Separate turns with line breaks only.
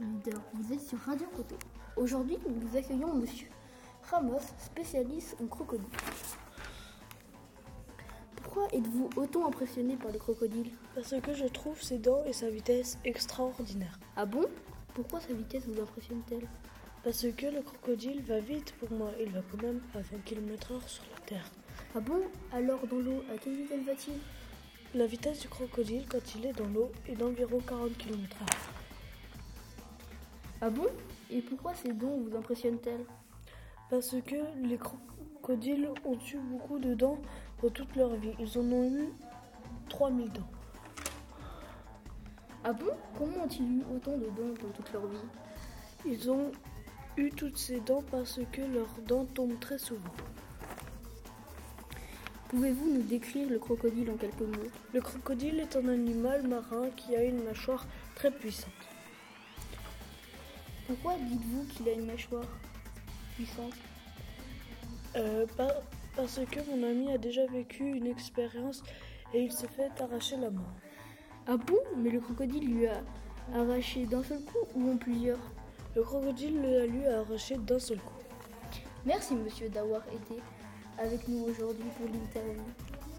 leader. Vous êtes sur Radio Coteau. Aujourd'hui, nous accueillons Monsieur Ramos, spécialiste en crocodiles. Pourquoi êtes-vous autant impressionné par les crocodiles
Parce que je trouve ses dents et sa vitesse extraordinaires.
Ah bon Pourquoi sa vitesse vous impressionne-t-elle
Parce que le crocodile va vite pour moi, il va quand même à 20 km/h sur la terre.
Ah bon Alors dans l'eau, à quelle vitesse va-t-il
La vitesse du crocodile quand il est dans l'eau est d'environ 40 km/h.
Ah bon Et pourquoi ces dents vous impressionnent-elles
Parce que les crocodiles ont eu beaucoup de dents pour toute leur vie. Ils en ont eu 3000 dents.
Ah bon Comment ont-ils eu autant de dents dans toute leur vie
Ils ont eu toutes ces dents parce que leurs dents tombent très souvent.
Pouvez-vous nous décrire le crocodile en quelques mots
Le crocodile est un animal marin qui a une mâchoire très puissante.
Pourquoi dites-vous qu'il a une mâchoire puissante
Euh, par- parce que mon ami a déjà vécu une expérience et il s'est fait arracher la main.
Ah bon Mais le crocodile lui a arraché d'un seul coup ou en plusieurs
Le crocodile la lui a arraché d'un seul coup.
Merci monsieur d'avoir été avec nous aujourd'hui pour l'interview.